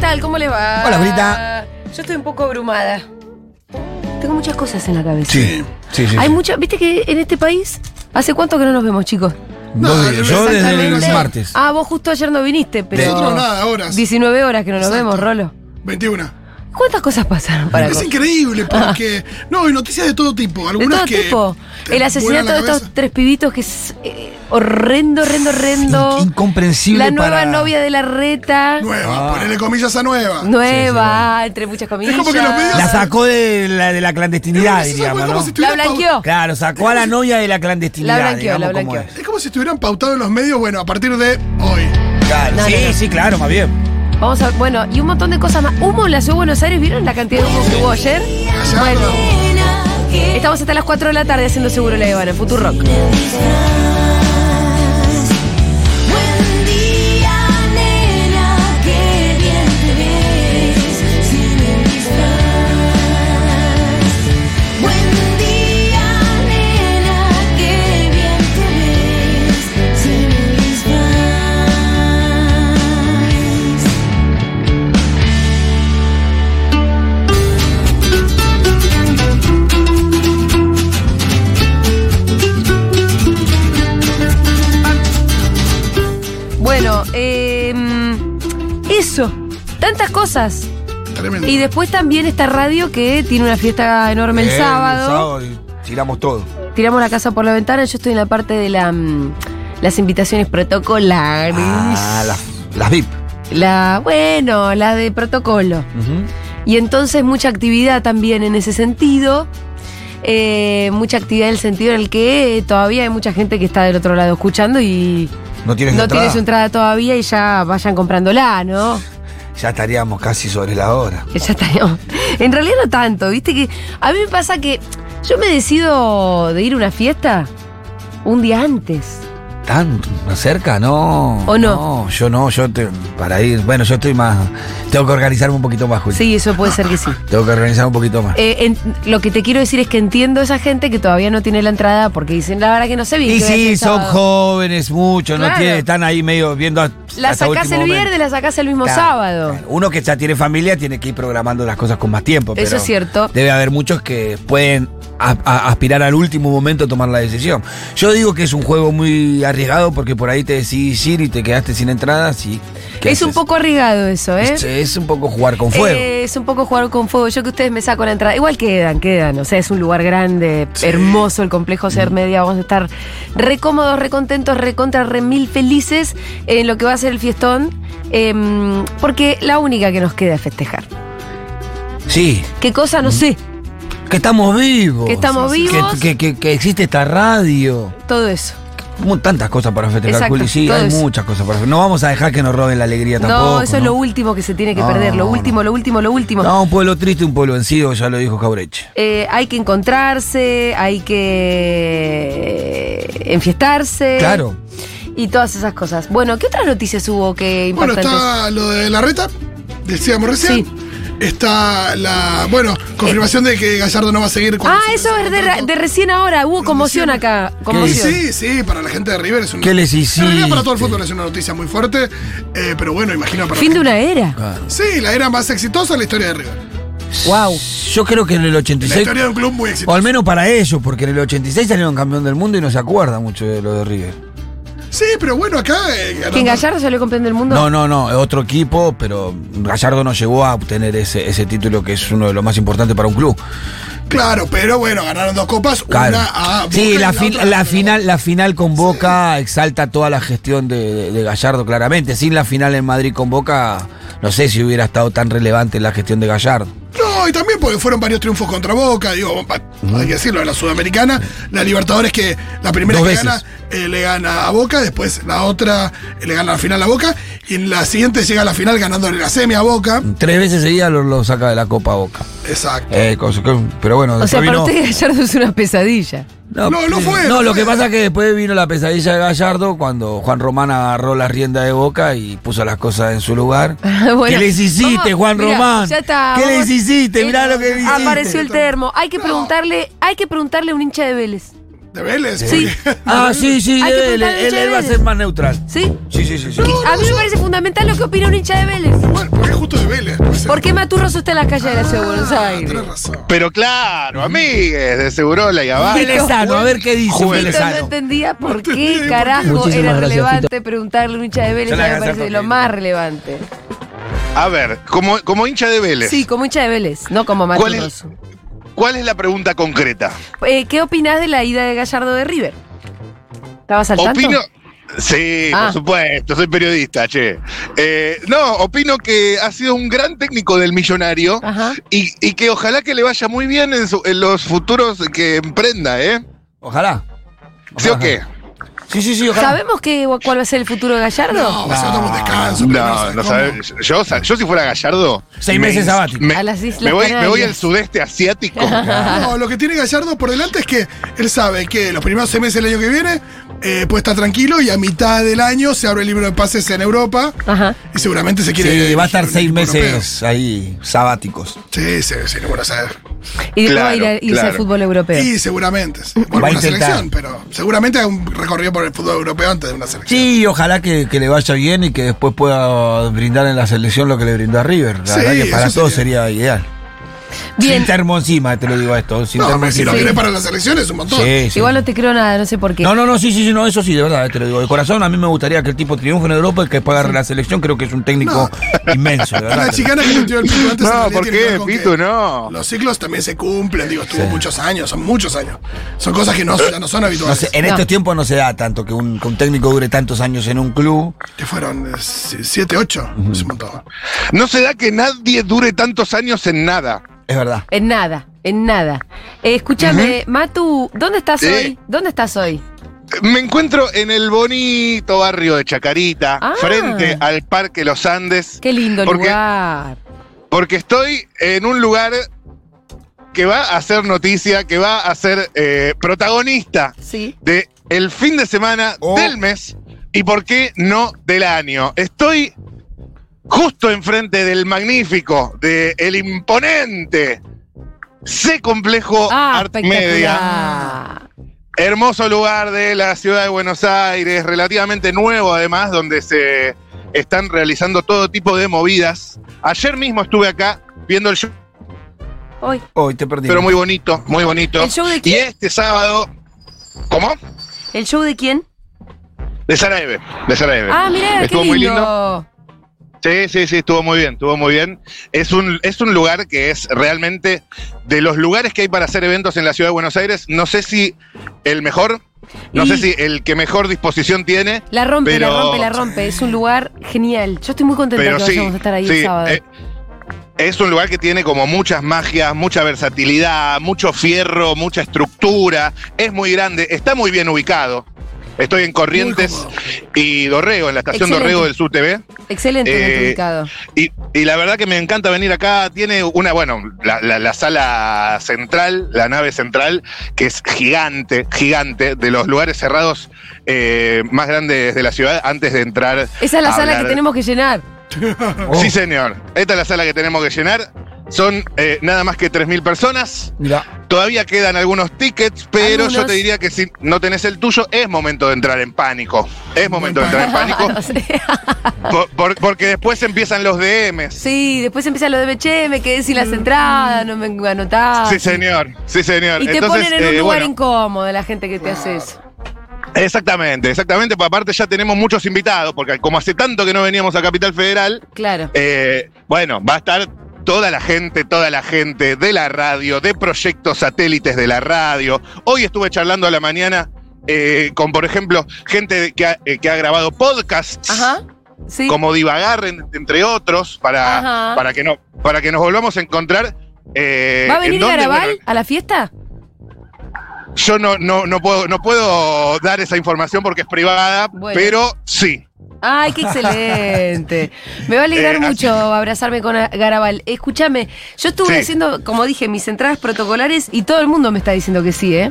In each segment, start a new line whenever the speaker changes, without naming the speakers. tal? ¿Cómo les va?
Hola, Brita.
Yo estoy un poco abrumada. Tengo muchas cosas en la cabeza.
Sí, sí, sí.
Hay
sí.
muchas. ¿Viste que en este país? ¿Hace cuánto que no nos vemos, chicos?
Dos
No,
días. Yo desde el
Exactamente.
martes.
Ah, vos justo ayer no viniste, pero.
Nosotros nada, horas.
19 horas que no nos
Exacto.
vemos, Rolo.
21.
¿Cuántas cosas pasaron para
es
vos?
increíble porque. No, hay noticias de todo tipo.
De
Algunas
todo
que
tipo.
te
El
vuelan
asesinato
la
de estos
cabeza.
tres pibitos que es eh, horrendo, horrendo, horrendo.
In- incomprensible
La nueva
para-
novia de la reta.
Nueva,
Ah.
ponele comillas a nueva.
Nueva, entre muchas comillas.
Es como que los medios-
La sacó de la, de la clandestinidad,
Es
diríamos,
como
¿no?
si
La
estuvieran
blanqueó.
Claro, sacó a la novia de la clandestinidad.
La blanqueó,
digamos,
la
como
blanqueó.
Es como si estuvieran pautados en los medios, bueno, a partir de hoy.
es. Claro,
No,
sí,
no, no.
sí, claro, más bien.
Vamos a bueno, y un montón de cosas más. Humo en la ciudad de Buenos Aires, ¿vieron la cantidad de humo que hubo ayer?
Allá
Bueno,
no.
estamos hasta las 4 de la tarde haciendo seguro la Evana, Futuro Rock.
Buen día, nena, qué bien te ves sin el disfraz. Buen día, nena, qué bien te ves sin el disfraz.
Bueno, eh, mm, eso, tantas cosas.
Tremendo.
Y después también esta radio que tiene una fiesta enorme el
Eh,
sábado.
El sábado tiramos todo.
Tiramos la casa por la ventana, yo estoy en la parte de la, mm, las invitaciones protocolares.
Ah, las, las VIP.
La, bueno, la de protocolo.
Ujú.
Y entonces mucha actividad también en ese sentido. Eh, mucha actividad en el sentido en el que todavía hay mucha gente que está del otro lado escuchando y
No tienes
no
entrada.
tiene su entrada todavía y ya vayan comprándola, ¿no?
Ya estaríamos casi sobre la hora.
Que ya estaríamos- En realidad no tanto, viste que a mí me pasa que yo me decido de ir a una fiesta un día antes.
¿Tanto? ¿Más cerca? No.
¿O no?
yo no, yo te, para ir. Bueno, yo estoy más. Tengo que organizarme un poquito más, Juli.
Sí, eso puede ser que sí.
Tengo que organizar un poquito más.
Eh, en- lo que te quiero decir es que entiendo a esa gente que todavía no tiene la entrada porque dicen, la verdad que no sé bien.
y
qué voy a
sí,
hacer
son
sábado".
jóvenes mucho, no
Claro.
tienen, están ahí medio viendo. a-
La
hasta
sacás
último
el
momento.
viernes, la sacás el mismo
Claro,
sábado.
claro. Uno que ya tiene familia tiene que ir programando las cosas con más tiempo.
Eso
pero
es cierto.
Debe haber muchos que pueden a- a- aspirar al último momento a tomar la decisión. Yo digo que es un juego muy arriesgado porque por ahí te decidís ir y te quedaste sin entradas y. ¿qué
Es un
haces?
poco arriesgado eso, ¿eh?
Es, es un poco jugar con fuego.
Eh, es un poco jugar con fuego. Yo que ustedes me saco la entrada. Igual quedan, quedan. O sea, es un lugar grande, hermoso el complejo
Mm.
Ser Media. Vamos a estar re cómodos, re contentos, re contra, re mil felices en lo que va a ser el fiestón. Em, porque la única que nos queda es festejar.
sí,
¿Qué cosa?
Mm.
No sé.
que estamos vivos.
Que estamos vivos.
Que, que- que existe esta radio.
Todo eso.
Mu- Tantas cosas para festejar,
Exacto,
Juli. Sí,
todo
hay
eso.
muchas cosas para festejar. No vamos a dejar que nos roben la alegría tampoco.
no, eso es lo último que se tiene que
No,
perder. Lo
no,
último, lo último, lo último.
No, un pueblo triste, un pueblo vencido, ya lo dijo Jaureche.
Eh, hay que encontrarse, hay que eh, enfiestarse.
Claro.
Y todas esas cosas. Bueno, ¿qué otras noticias hubo que
Bueno,
impactantes?
está lo de la reta, decíamos recién.
Sí.
Está la, bueno, confirmación de que Gallardo no va a seguir cuando
Ah,
se-
eso
se
es de,
contrató.
de recién ahora. Hubo conmoción
Recién.
acá.
Y
Conmoción.
Sí, sí, para la gente de River es una.
¿Qué les hiciste?
En realidad para todo el fútbol es una noticia muy fuerte, eh, pero bueno, imagino para.
Fin de una era.
Sí, la era más exitosa en la historia de River.
Wow.
Yo creo que en el
La
86,
historia de un club muy exitoso.
o al menos para ellos, porque en el 86 salieron campeón del mundo y no se acuerda mucho de lo de River.
Sí, pero bueno, acá. eh, ganando-
¿Quién Gallardo salió campeón del mundo?
No, no, no, es otro equipo, pero Gallardo no llegó a obtener ese, ese título que es uno de los más importantes para un club.
Claro, pero bueno, ganaron dos copas.
Claro.
Una a. Boca
sí,
y
la, fin-
otra a
la
River.
final, la final con Boca exalta toda la gestión de, de- de Gallardo, claramente. Sin la final en Madrid con Boca, no sé si hubiera estado tan relevante la gestión de Gallardo.
No, y también porque fueron varios triunfos contra Boca, digo, pa- hay que decirlo, de la Sudamericana, la Libertadores que la primera
Dos
que
veces.
gana eh, le gana a Boca, después la otra eh, le gana la final a Boca, y en la siguiente llega a la final ganándole la semi a Boca.
Tres veces seguidas lo, lo saca de la Copa Boca.
Exacto.
Eh, cosa que- pero bueno,
o
después
sea, para
vino-
usted Gallardo es una pesadilla.
No, no
eh,
fue,
No,
no
lo
fue.
que pasa es que después vino la pesadilla de Gallardo cuando Juan Román agarró la rienda de boca y puso las cosas en su lugar.
Bueno,
¿Qué les hiciste,
vamos,
Juan
mirá,
Román?
ya está,
¿Qué
vamos. Eh,
les hiciste? Mirá lo que le hiciste.
Apareció el termo. Hay que
No.
preguntarle, hay que preguntarle a un hincha de Vélez.
¿De Vélez?
Sí.
Porque-
Ah, sí, sí,
Hay que
él, él,
preguntarle
él-
a
él va a
Vélez.
ser más neutral.
¿Sí?
Sí, sí, sí. sí.
Que A mí me parece fundamental lo que opina un hincha de Vélez.
Bueno, porque es justo de Vélez. Pues,
¿Por qué Maturroso está en las calles de la ciudad de Buenos
Ah,
Aires?
tenés razón.
Pero claro, amigues de Segurola y
Ah,
abajo.
Velezano, a ver qué dice un
Juventud.
Justo no
Velezano.
entendía por
No entendía por
qué
qué.
carajo
Muchísimas
era
gracias,
relevante preguntarle a un hincha de Vélez. Ya
Yo la
me
gané
parece
harto
lo
tiempo.
más relevante.
A ver, como, como hincha de Vélez,
Sí, como hincha de Vélez, no como
¿Cuál es?
Maturroso.
¿cuál es la pregunta concreta?
Eh, ¿Qué opinás de la ida de Gallardo de River? ¿Estabas al tanto?
Opino. Sí,
Ah.
por supuesto, soy periodista, che. Eh, no, opino que ha sido un gran técnico del millonario
Ajá.
y, y que ojalá que le vaya muy bien en, su- en los futuros que emprenda, ¿eh?
Ojalá.
¿Sí o qué?
Sí, sí, sí, ojalá.
¿Sabemos qué, cuál va a ser el futuro de Gallardo?
No, va a ser un descanso. pero
No,
sé
no
cómo.
sabes. Yo, yo si fuera Gallardo.
Seis
me-
meses sabático.
me-
A las Islas
me voy, me voy
Canarias.
al sudeste asiático.
No, lo que tiene Gallardo por delante es que él sabe que los primeros seis meses del año que viene eh, puede estar tranquilo y a mitad del año se abre el libro de pases en Europa
Ajá.
y seguramente se quiere.
Sí, va a estar seis
dirigir un equipo
meses ahí sabáticos.
europeo. Sí, sí, sí, no van a saber.
Y después va a
Claro,
ir a- irse al
claro.
fútbol europeo.
Y seguramente. sí. Bueno,
Va a
una
intentar.
selección, pero seguramente hay un recorrido por el fútbol europeo antes de una selección.
Sí, ojalá que, que le vaya bien y que después pueda brindar en la selección lo que le brindó a River. La
Sí,
verdad que para
eso
todos sería ideal.
Bien.
Sin termo encima, te lo digo esto. Sin
No,
termo
pero si lo
encima.
querés para la selección es un montón.
Sí, sí.
Igual no te creo nada, no sé por qué.
No, no, no, sí, sí, sí, no, eso sí, de verdad, te lo digo. De corazón, a mí me gustaría que el tipo triunfe en Europa y que pueda agarrar la selección. Creo que es un técnico inmenso, de verdad.
La chicana que metió el pico antes en
No,
realidad
¿por
tiene que ver
qué,
con que
Pitu? No.
Los ciclos también se cumplen, digo, estuvo muchos años, son muchos años. Son cosas que no, ya no son
Eh, No
habituales.
sé, en
No.
estos tiempos no se da tanto que un, que un técnico dure tantos años en un club.
Que fueron eh, 7, 8, es un montón.
No se da que nadie dure tantos años en nada.
Es verdad.
En nada, en nada. Eh, escúchame, Matu, ¿dónde estás
Sí.
hoy? ¿Dónde estás hoy?
Me encuentro en el bonito barrio de Chacarita,
Ah.
frente al Parque Los Andes,
Qué lindo
Porque-
lugar.
porque estoy en un lugar que va a ser noticia, que va a ser eh, protagonista
Sí.
de el fin de semana,
Oh.
del mes y por qué no del año. Estoy justo enfrente del magnífico, del el imponente C complejo
Ah,
Oh, Art Media.
espectacular.
Hermoso lugar de la ciudad de Buenos Aires, relativamente nuevo además, donde se están realizando todo tipo de movidas. Ayer mismo estuve acá viendo el show,
Hoy.
Hoy te perdí.
pero muy bonito, muy bonito.
¿El show de
y
quién?
este sábado, ¿cómo?
¿El show de quién?
De Sara Eve, de Sara Eve.
Ah, mirá, qué
Eh, estuvo
lindo.
muy lindo. Sí, sí, sí, estuvo muy bien, estuvo muy bien. Es un, es un lugar que es realmente de los lugares que hay para hacer eventos en la ciudad de Buenos Aires. No sé si el mejor, no
Y-
sé si el que mejor disposición tiene.
La rompe,
Pero-
la rompe, la rompe. Es un lugar genial. Yo estoy muy contenta
Pero
que
sí,
vayamos a estar ahí
sí,
el sábado.
eh, es un lugar que tiene como muchas magias, mucha versatilidad, mucho fierro, mucha estructura. Es muy grande, está muy bien ubicado. Estoy en Corrientes
cómodo.
y Dorrego, en la estación
Excelente.
Dorrego del SUTV.
Excelente
eh,
Matu ubicado.
Y, y la verdad que me encanta venir acá. Tiene una, bueno, la, la- la sala central, la nave central, que es gigante, gigante, de los lugares cerrados eh, más grandes de la ciudad antes de entrar.
Esa es la
a
sala
hablar.
que tenemos que llenar.
Oh,
Sí, señor. Esta es la sala que tenemos que llenar. Son eh, nada más que 3.000 personas.
mira.
Todavía quedan algunos tickets, pero yo
Algunos.
te diría que si no tenés el tuyo, es momento de entrar en pánico. Es momento de entrar en pánico.
Ah, No sé.
por- por- porque después empiezan los DMs.
Sí, después empieza lo de Beche, me quedé sin las entradas, no me anotaba.
Mm. Sí, señor. Sí, señor.
Ah, Y te
Entonces,
ponen en un
eh,
lugar
bueno,
incómodo la gente que te hace eso.
Exactamente, exactamente. Pues aparte ya tenemos muchos invitados, porque como hace tanto que no veníamos a Capital Federal,
Claro.
eh, bueno, va a estar toda la gente, toda la gente de la radio, de proyectos satélites de la radio. Hoy estuve charlando a la mañana eh, con, por ejemplo, gente que ha, eh, que ha grabado podcasts.
Ajá. Sí.
como divagar en- entre otros
Ajá.
para, para que no para que nos volvamos a encontrar eh,
¿Va a
en
venir
dónde,
Garabal
bueno,
a la fiesta?
Yo no, no, no, puedo, no puedo dar esa información porque es privada,
Bueno.
pero sí.
Ay, qué excelente. Me va a alegrar
Eh, así-
mucho abrazarme con Garabal. Escúchame, yo estuve
Sí.
haciendo, como dije, mis entradas protocolares y todo el mundo me está diciendo que sí, ¿eh?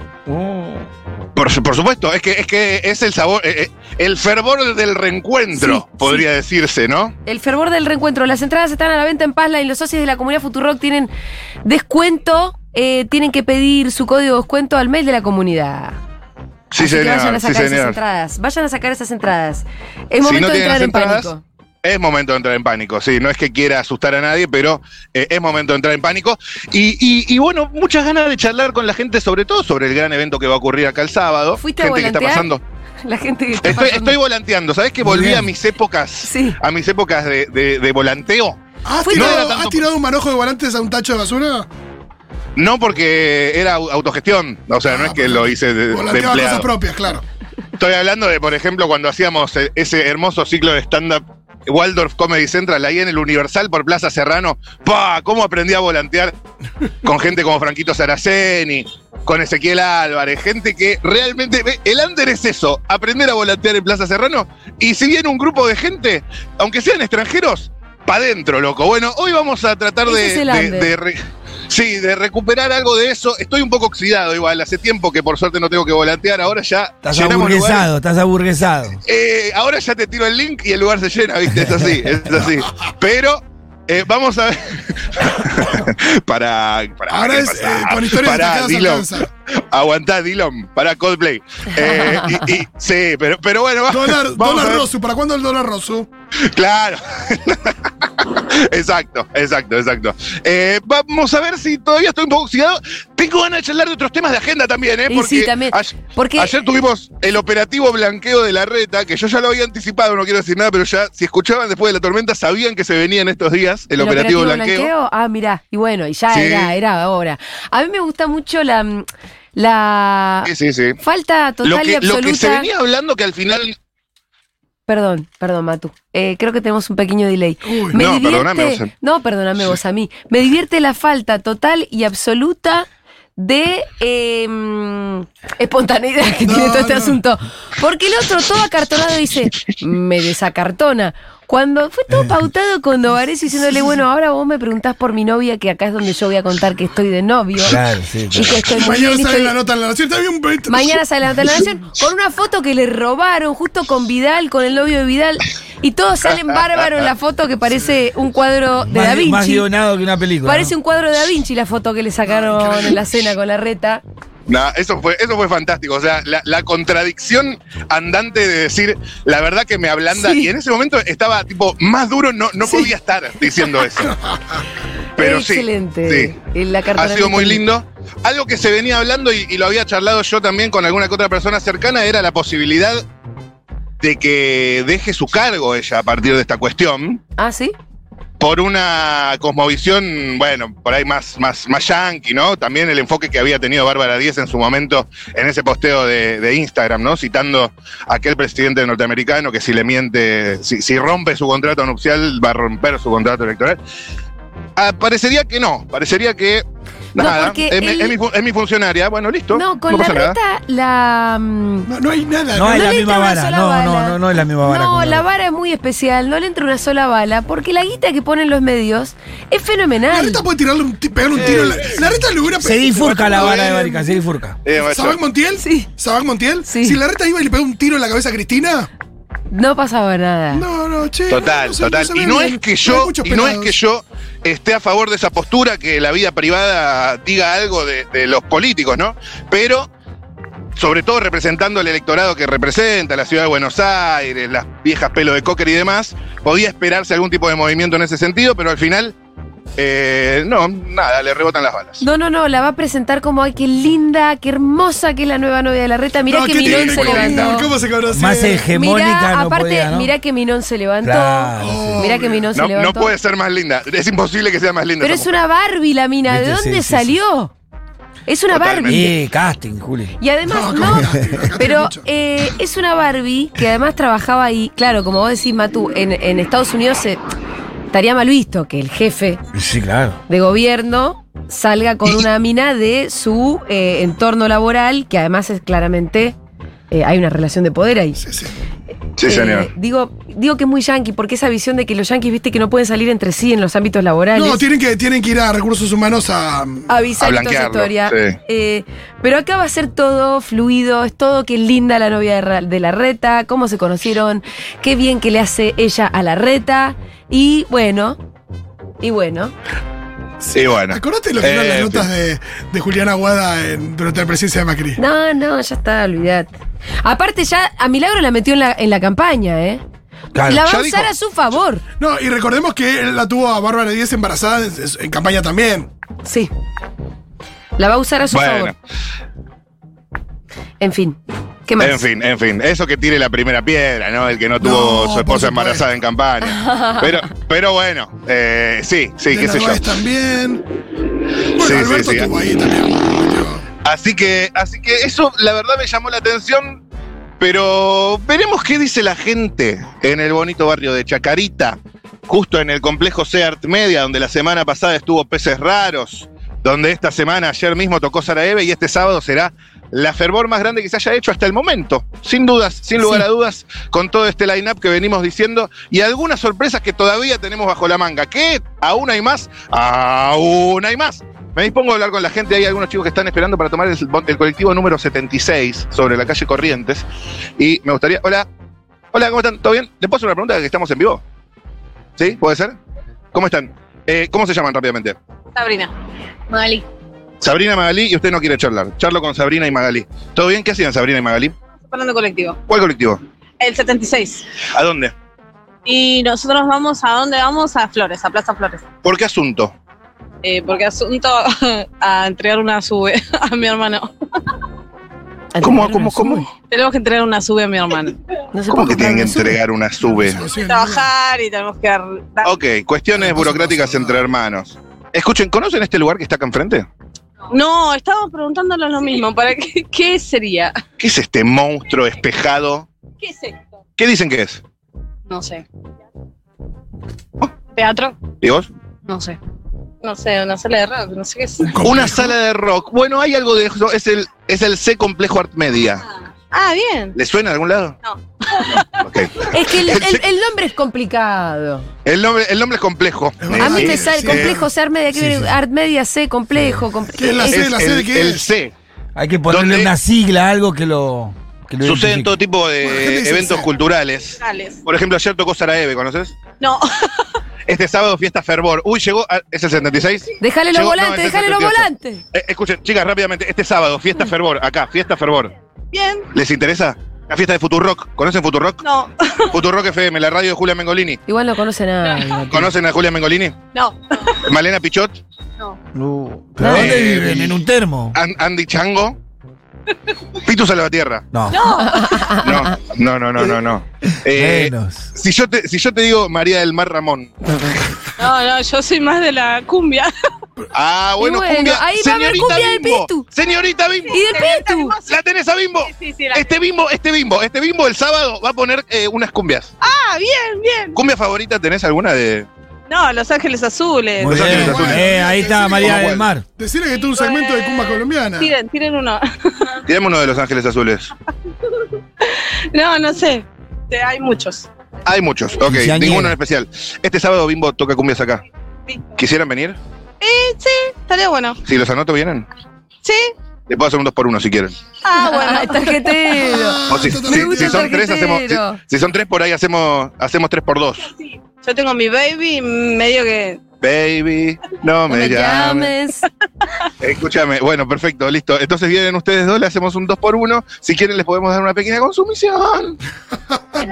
Por, su- por supuesto, es que, es que es el sabor, eh, eh, el fervor del reencuentro,
Sí,
podría decirse, ¿no?
El fervor del reencuentro. Las entradas están a la venta en Pazla y los socios de la comunidad Futurock tienen descuento. eh, tienen que pedir su código de descuento al mail de la comunidad. Así
Sí,
que
señor,
vayan a
sí,
sacar esas
señor.
entradas. Vayan a sacar esas entradas. Es
Si
momento
no
de
tienen
entrar
las
en
entradas,
pánico.
Es momento de entrar en pánico, sí, no es que quiera asustar a nadie, pero eh, es momento de entrar en pánico. Y, y- y bueno, muchas ganas de charlar con la gente, sobre todo sobre el gran evento que va a ocurrir acá el sábado.
¿Fuiste a
gente que está
volantear?
pasando.
La gente que está
Estoy,
pasando-
estoy volanteando, ¿sabes que
Muy
volví
bien.
a mis épocas?
Sí.
A mis épocas de, de- de volanteo.
¿Has
Fui-
No era
tirado,
tanto-
has tirado un manojo de volantes a un tacho de basura?
No porque era au- autogestión, o sea, no
Ah,
es que lo hice de, de
Volanteaba cosas
Eh, empleado.
propias, claro.
Estoy hablando de, por ejemplo, cuando hacíamos eh, ese hermoso ciclo de stand-up Waldorf Comedy Central ahí en el Universal por Plaza Serrano. ¡Pah! ¿Cómo aprendí a volantear con gente como Franquito Saraceni, con Ezequiel Álvarez? Gente que realmente. ve, El under es eso, aprender a volantear en Plaza Serrano. Y si viene un grupo de gente, aunque sean extranjeros, pa' adentro, loco. Bueno, hoy vamos a tratar
Ese
de.
es el
de-
under.
de re- Sí, de recuperar algo de eso. Estoy un poco oxidado igual. Hace tiempo que por suerte no tengo que volantear. Ahora ya
Estás
llenamos lugares.
aburguesado, estás aburguesado.
Eh, ahora ya te tiro el link y el lugar se llena, ¿viste? Es así, es así. Pero eh, vamos a ver. para, para.
Ahora
¿qué
es
pasa?
eh, con historias
Pará,
destacadas
Dylan.
alcanza.
Aguantá, Dylan. Para Coldplay. Eh, y, y- sí, pero, pero bueno. va-
Dólar,
vamos a
dólar
ver.
Rosu, ¿para cuándo el dólar Rosu?
Claro. exacto, exacto, exacto. Eh, vamos a ver si todavía estoy un poco oxidado. Tengo ganas de charlar de otros temas de agenda también, ¿eh?
Y
Porque
sí, también.
ayer-
Porque
Ayer tuvimos el operativo blanqueo de la reta, que yo ya lo había anticipado, no quiero decir nada, pero ya si escuchaban después de la tormenta sabían que se venía en estos días el, operativo, blanqueo.
Ah, mirá. Y bueno, y ya
Sí.
era, era ahora. A mí me gusta mucho la, mm, la
Sí, sí, sí.
falta total
Lo
y
que, lo
absoluta.
que se venía hablando que al final.
Perdón, perdón, Matu. Eh, creo que tenemos un pequeño delay.
Uy,
Me
no,
divierte-
perdóname, vos a-
No, perdóname vos a mí. Me divierte la falta total y absoluta de eh, mm, espontaneidad que
No,
tiene todo este
no.
asunto. Porque el otro, todo acartonado, dice, me desacartona. Cuando fue todo pautado con Dovares diciéndole, bueno, ahora vos me preguntás por mi novia, que acá es donde yo voy a contar que estoy de novio.
Claro, sí.
Y que estoy muy
Mañana
bien y
sale
estoy-
la nota en la nación. Está bien, Beto.
Mañana sale la nota de la Nación con una foto que le robaron justo con Vidal, con el novio de Vidal. Y todos salen bárbaros en la foto que parece un cuadro de
más,
Da
más
Vinci.
guionado que una película.
Parece
¿no?
un cuadro de Da Vinci la foto que le sacaron en la cena con la reta.
Nah, eso fue, eso fue fantástico. O sea, la, la contradicción andante de decir la verdad que me ablanda.
Sí.
Y en ese momento estaba tipo más duro, no, no podía estar diciendo eso. Pero sí,
Excelente.
sí.
En la carta
Ha sido muy lindo. Algo que se venía hablando y, y lo había charlado yo también con alguna que otra persona cercana era la posibilidad de que deje su cargo ella a partir de esta cuestión
Ah, sí.
por una cosmovisión, bueno, por ahí más, más, más yankee, ¿no? También el enfoque que había tenido Bárbara Díez en su momento en ese posteo de, de Instagram, ¿no? Citando a aquel presidente norteamericano que si le miente, si, si rompe su contrato nupcial, va a romper su contrato electoral. Ah, parecería que no, parecería que.
No,
Nada,
porque
es, mi-
él-
es mi, fu- es mi funcionaria, bueno, listo.
No, con la
pasa nada.
reta, la. mm,
No, no hay nada.
No es
No
la
le
misma
entra una
vara.
sola
No,
bala.
no, no, no es la misma vara.
No,
como
la vara es muy especial, no le entra una sola bala, porque la guita que ponen los medios es
La
fenomenal.
reta puede tirarle un, ti- pegar un tiro. en La, la reta le hubiera
Se bifurca la vara de Barica, se
¿Sabán
bifurca.
Eh, macho,
Montiel?
Sí.
¿Sabán Montiel?
Sí.
Si la reta iba y le pegó un tiro en la cabeza a Cristina.
No pasaba nada.
No, no, che.
Total,
no se- no
total.
se ve
y no
bien.
es que
hay
yo,
muchos
y no es
pelados.
que yo esté a favor de esa postura que la vida privada diga algo de, de los políticos, ¿no? Pero sobre todo representando el electorado que representa, la ciudad de Buenos Aires, las viejas pelo de cocker y demás, podía esperarse algún tipo de movimiento en ese sentido, pero al final, eh, no, nada, le rebotan las balas.
No, no, no, la va a presentar como, ay, qué linda, qué hermosa que es la nueva novia de la reta. Mirá
No,
que
¿qué
Minón
tiene
se
que ver?
levantó.
¿Cómo se conoce?
Más hegemónica
Mirá,
no
aparte,
podía, ¿no?
mirá que Minón se levantó.
Claro,
sí.
Mirá que Minón se
No, no
levantó.
puede ser más linda, es imposible que sea más linda.
Pero
esa
es una Barbie la mina, ¿de
Viste, sí,
dónde
sí, sí.
salió? Es una
Totalmente.
Barbie.
Eh, casting, Juli.
Y además,
No,
no,
¿cómo? Acá tiene
pero
mucho.
eh, es una Barbie que además trabajaba ahí. Claro, como vos decís, Matú, en, en Estados Unidos se- estaría mal visto que el jefe
Sí, claro.
de gobierno salga con una mina de su eh, entorno laboral, que además es claramente eh, hay una relación de poder ahí.
Sí, sí.
mujer. Sí,
Eh,
señor.
digo, digo que es muy yanqui, porque esa visión de que los yanquis, viste, que no pueden salir entre sí en los ámbitos laborales.
No, tienen que, tienen que ir a recursos humanos a.
avisar
A
toda esa
blanquearlo,
historia.
sí.
Eh, pero acá va a ser todo fluido, es todo que linda la novia de, Ra- de la reta, cómo se conocieron, qué bien que le hace ella a la reta. Y bueno, y bueno.
Sí, bueno.
¿Acordaste lo que eran
Eh,
las notas de, de Julián Aguada en- durante la presidencia de Macri?
No, no, ya está, olvidate. Aparte, ya a Milagro la metió en la, en la campaña, ¿eh?
Claro,
la va
ya
a usar
dijo.
a su favor.
No, y recordemos que él la tuvo a Bárbara Díez embarazada en, en campaña también.
Sí. La va a usar a su
Bueno,
favor. En fin. ¿Qué más?
en fin, en fin. Eso que tire la primera piedra, ¿no? El que no tuvo
No,
su
por supuesto.
esposa embarazada en campaña. Pero, pero bueno, eh, sí, sí,
De
qué sé yo.
Narváez también. Bueno,
Sí, sí,
Alberto
sí.
estuvo ahí también.
Así que, así que eso la verdad me llamó la atención. Pero veremos qué dice la gente en el bonito barrio de Chacarita, justo en el complejo Seart Media, donde la semana pasada estuvo Peces Raros, donde esta semana, ayer mismo tocó Saraeve y este sábado será la fervor más grande que se haya hecho hasta el momento. Sin dudas, sin lugar
Sí.
a dudas, con todo este line-up que venimos diciendo y algunas sorpresas que todavía tenemos bajo la manga. Que aún hay más, aún hay más. Me dispongo a hablar con la gente. Hay algunos chicos que están esperando para tomar el, el colectivo número 76 sobre la calle Corrientes. Y me gustaría. Hola. Hola, ¿cómo están? ¿Todo bien? ¿Le puedo hacer una pregunta que estamos en vivo? ¿Sí? ¿Puede ser? ¿Cómo están? Eh, ¿Cómo se llaman rápidamente?
Sabrina. Magali.
Sabrina Magalí y usted no quiere charlar. Charlo con Sabrina y Magalí. ¿Todo bien? ¿Qué hacían Sabrina y Magalí?
Fernando Colectivo.
¿Cuál colectivo?
El 76.
¿A dónde?
Y nosotros vamos a dónde vamos? A Flores, a Plaza Flores.
¿Por qué asunto?
Eh, porque asunto a entregar una sube a mi hermano.
¿Cómo, cómo, cómo?
Tenemos que entregar una sube a mi hermano.
No se
¿Cómo
puede
que tienen que
comprar una
entregar una sube?
Trabajar y tenemos que dar. dar-
Ok, cuestiones burocráticas entre hermanos. Escuchen, ¿conocen este lugar que está acá enfrente?
No, estábamos preguntándonos lo mismo. ¿Para qué, qué sería?
¿Qué es este monstruo espejado?
¿Qué es esto?
¿Qué dicen que es?
No sé. ¿Teatro?
¿Y vos?
No sé. No sé, una sala de rock, no sé qué es.
Una sala de rock. Bueno, hay algo de eso. Es el, es el C complejo Art Media.
Ah, bien.
¿Le suena a algún lado?
No.
Ok.
sube. Es que el, el- el nombre es complicado.
El nombre, el nombre es complejo. Eh,
A mí
Sí,
me sale
sí.
complejo ser media, que
Sí, sí.
art media C, complejo. comple- eh,
¿Qué es la
es-
C?
Es
¿La de
el,
qué
el
es?
C.
Hay que ponerle
¿Dónde?
una sigla, algo que lo. Que lo
Sucede en
identifique.
todo tipo
Bueno, ¿qué me
de
dice
eventos
C?
culturales.
Alex.
Por ejemplo, ayer tocó Saraeve, ¿conoces?
No,
Este sábado fiesta Fervor. Uy, llegó. a- ¿Es el 76?
Déjale los
Llegó- no,
volantes,
es el
déjale los
78.
volantes.
Eh, escuchen, chicas, rápidamente. Este sábado fiesta Fervor. Acá, fiesta Fervor.
bien.
¿Les interesa? La fiesta de Futurock. ¿Conocen Futurock?
No,
Futurock FM, la radio de Julia Mengolini.
Igual no conoce nada.
¿Conocen a Julia Mengolini?
no.
Malena Pichot.
No. ¿Pero
No.
dónde
Eh,
viven? ¿En un termo?
An- Andy Chango. Pitu Salvatierra.
No.
Ah,
No, no, no, no, no. no. Eh,
Menos.
si, yo te, si yo te digo María del Mar Ramón.
No, no, yo soy más de la cumbia.
Ah, bueno,
Y bueno,
cumbia.
ahí va a haber
Señorita
cumbia del
Bimbo.
Pitu.
Señorita Bimbo.
Y del Pitu.
La tenés a Bimbo.
Sí, sí,
Este Bimbo, este Bimbo, este Bimbo el sábado va a poner eh, unas cumbias.
Ah, bien, bien.
¿Cumbia favorita tenés alguna de.?
No, Los Ángeles Azules.
Muy
Los
bien.
Ángeles Azules.
Eh, ahí está
Sí,
María
como
del
cuál.
Mar.
Decirle que tuvo un segmento de Ah, Cumba Colombiana.
Tiren, tiren uno.
Tirame uno de Los Ángeles Azules.
No, no sé. Te- Hay muchos.
Hay muchos, ok,
Quinceañera.
ninguno en especial. Este sábado Bimbo toca cumbias acá. ¿Quisieran venir?
Estaría bueno.
Si los anoto, vienen.
¿Sí?
Les puedo hacer un dos por uno si quieren.
Ah,
Ah, bueno.
tarjetero.
Ah,
O si,
está
si-
también.
si son
el
tres, hacemos. Si,
tarjetero.
si son tres por ahí hacemos, hacemos tres por dos.
Yo tengo mi baby medio que.
Baby,
No
no me
me
llames.
llames.
Escúchame, bueno, perfecto, listo. Entonces vienen ustedes dos, le hacemos un dos por uno. Si quieren, les podemos dar una pequeña consumición.
Ahí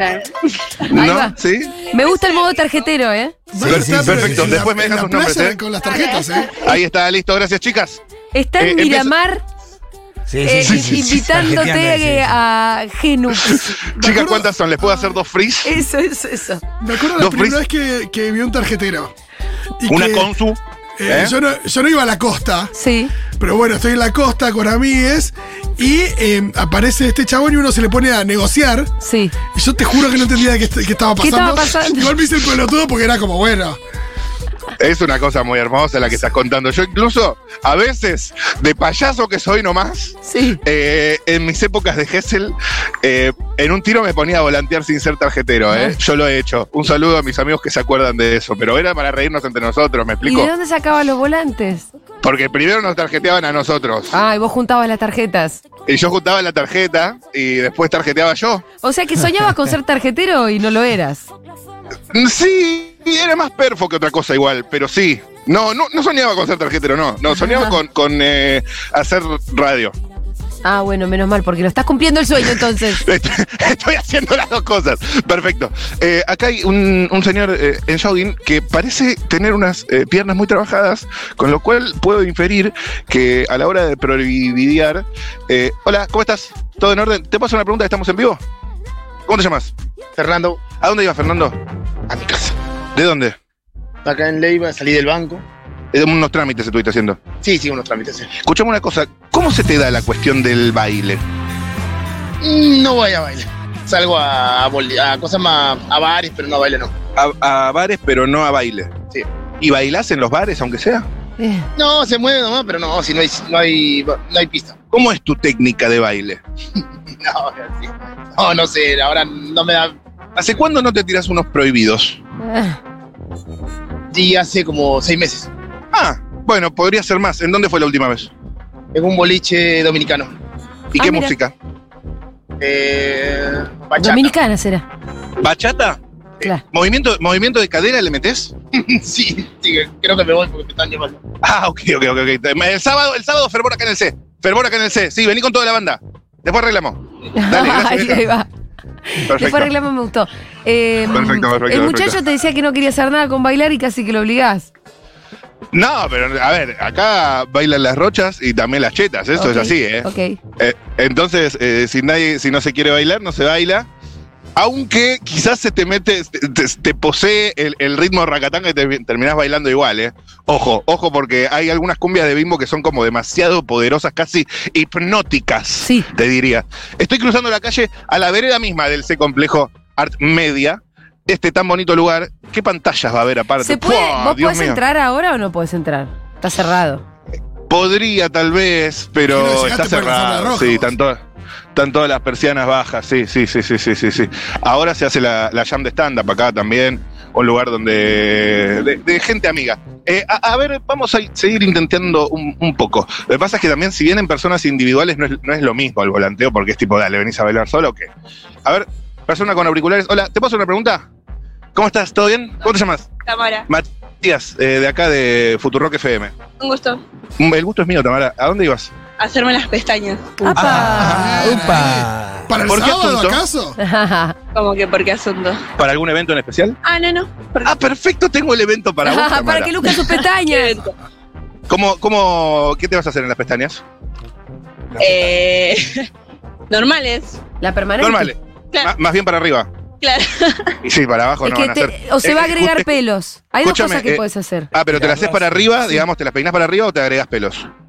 ¿No?
va.
¿Sí?
Me gusta el modo tarjetero, ¿eh?
Van a
Sí, sí,
estar, pero
perfecto.
en
Después
la-
me
en
dejan
la
sus nombres,
plaza
¿eh?
con las tarjetas, ¿eh?
Ahí está, listo. Gracias, chicas.
Está
Eh,
en
empieza-
Miramar
Sí,
eh,
sí, sí,
invitándote
tarjeteando, sí, sí.
a Genux.
Chicas,
acuerdo-
¿cuántas son? ¿Les puedo hacer dos frees?
Eso, eso, eso.
Me acuerdo la
Dos
primera vez que, que vi un tarjetero. Y
Una
que,
consu.
eh,
¿eh?
yo, no, yo no iba a la costa,
Sí.
pero bueno, estoy en la costa con amigues y eh, aparece este chabón y uno se le pone a negociar.
Sí.
Y yo te juro que no entendía qué, est- qué estaba
¿Qué
pasando.
estaba pasando?
Igual me hice el pelotudo porque era como, bueno,
Es una cosa muy hermosa la que estás contando. Yo incluso, a veces, de payaso que soy nomás,
Sí.
Eh, en mis épocas de Hessel, eh, en un tiro me ponía a volantear sin ser tarjetero. ¿eh? Yo lo he hecho. Un saludo a mis amigos que se acuerdan de eso. Pero era para reírnos entre nosotros, ¿me
¿Y de
explico?
dónde sacaba los volantes?
Porque primero nos tarjeteaban a nosotros.
Ah, y vos juntabas las tarjetas.
Y yo juntaba la tarjeta y después tarjeteaba yo.
O sea que soñabas con ser tarjetero y no lo eras.
Mm, Sí, era más perfo que otra cosa igual, pero sí. No, no, no soñaba con ser tarjetero, no. No, soñaba
Ajá.
con, con eh, hacer radio.
Ah, bueno, menos mal, porque lo estás cumpliendo el sueño entonces.
Estoy estoy haciendo las dos cosas. Perfecto. Eh, acá hay un, un señor eh, en jogging que parece tener unas eh, piernas muy trabajadas, con lo cual puedo inferir que a la hora de prohibidiar. eh, Hola, ¿cómo estás? ¿Todo en orden? ¿Te paso una pregunta? ¿Estamos en vivo? ¿Cómo te llamas?
Fernando,
¿A dónde ibas, Fernando?
a mi casa.
¿De dónde?
Acá en Leiva salí del banco.
Eh, unos trámites estuviste haciendo.
Sí, sí, unos trámites. sí.
Escuchame una cosa. ¿Cómo se te da la cuestión del baile?
Mm, No voy a baile. Salgo a, a boli- a cosas más, a bares, pero no a baile no.
A, a bares, pero no a baile.
Sí.
¿Y bailás en los bares, aunque sea?
Eh,
No, se mueve nomás, pero no, si no hay, no hay, no hay pista.
¿Cómo es tu técnica de baile?
No, sí. no, no sé, ahora no me da...
¿Hace cuándo no te tiras unos prohibidos?
ah,
Y hace como seis meses.
Ah, bueno, podría ser más. ¿En dónde fue la última vez?
En un boliche dominicano.
¿Y
Ah,
qué
mira.
música?
Eh, bachata.
Dominicana será.
¿Bachata?
Claro.
¿Movimiento, ¿Movimiento de cadera le metes?
sí, sí, creo que me voy porque me están llamando.
Ah, ok, ok, ok. ok. El sábado, el sábado fervor acá en el C. Fervor acá en el C. Sí, vení con toda la banda. Después arreglamos. Dale, gracias,
Ay,
vieja.
ahí va. Después
Perfecto.
reclamo me gustó. Eh,
Perfecto, perfecto,
El
perfecto.
muchacho te decía que no quería hacer nada con bailar y casi que lo obligás.
No, pero a ver, acá bailan las rochas y también las chetas. Esto es
Ok,
así, ¿eh?
Ok.
Eh, entonces, eh, si nadie, si no se quiere bailar, no se baila. Aunque quizás se te mete, te, te- te posee el, el ritmo racatanga y te, terminás bailando igual, ¿eh? Ojo, ojo, porque hay algunas cumbias de bimbo que son como demasiado poderosas, casi hipnóticas,
Sí.
te diría. Estoy cruzando la calle a la vereda misma del C complejo Art Media, este tan bonito lugar. ¿Qué pantallas va a haber aparte?
¿Se puede,
¡Puah,
¿Vos
Dios
podés
mío!
entrar ahora o no podés entrar? Está cerrado.
Podría tal vez,
Creo que
pero
llegaste
está
por la zona
cerrado.
roja,
Sí,
vos.
están todas, están todas las persianas bajas. Sí, sí, sí, sí, sí, sí, sí. Ahora se hace la, la jam de stand-up acá también. Un lugar donde. de, de gente amiga. Eh, a, a ver, vamos a seguir intentando un, un poco. Lo que pasa es que también, si vienen personas individuales, no es, no es lo mismo el volanteo, porque es tipo, dale, venís a bailar solo o qué. A ver, persona con auriculares. Hola, ¿te puedo hacer una pregunta? ¿Cómo estás? ¿Todo bien? ¿Cómo te llamas?
Tamara,
Matías, eh, de acá de Futurock FM.
un gusto.
El gusto es mío, Tamara. ¿A dónde ibas?
Hacerme las pestañas.
¡Apa!
Ah, ¡Upa!
¿Para el
¿Por qué
sábado,
asunto?
acaso?
Como que, ¿por qué asunto?
¿Para algún evento en especial?
Ah, no, no.
Ah, perfecto, tengo el evento para vos.
Para,
Tamara.
que luzcan sus pestañas.
¿Cómo, cómo, ¿Qué te vas a hacer en las pestañas?
Eh, normales,
La permanente.
Normales.
Claro.
Má- eh, Más bien para arriba.
claro.
Y sí, para abajo
Es
no
que
van a
te-
hacer.
o se
Eh,
va a
eh,
agregar
eh,
pelos. Hay dos
escúchame,
cosas que
eh,
podés hacer.
Ah, pero te las haces para arriba,
Sí.
digamos, te las peinas para arriba o te agregas pelos.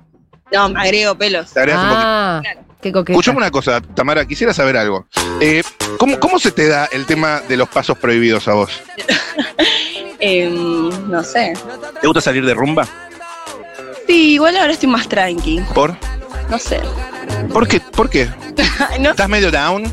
No, me agrego pelos.
Te agregas un poquito.
Ah, qué coqueta.
Escuchame una cosa, Tamara, quisiera saber algo. Eh, ¿cómo, ¿Cómo se te da el tema de los pasos prohibidos a vos?
Em, no sé.
¿Te gusta salir de rumba?
Sí, igual ahora estoy más tranqui.
¿Por?
No sé.
¿Por qué? ¿Por qué?
No,
¿Estás medio down?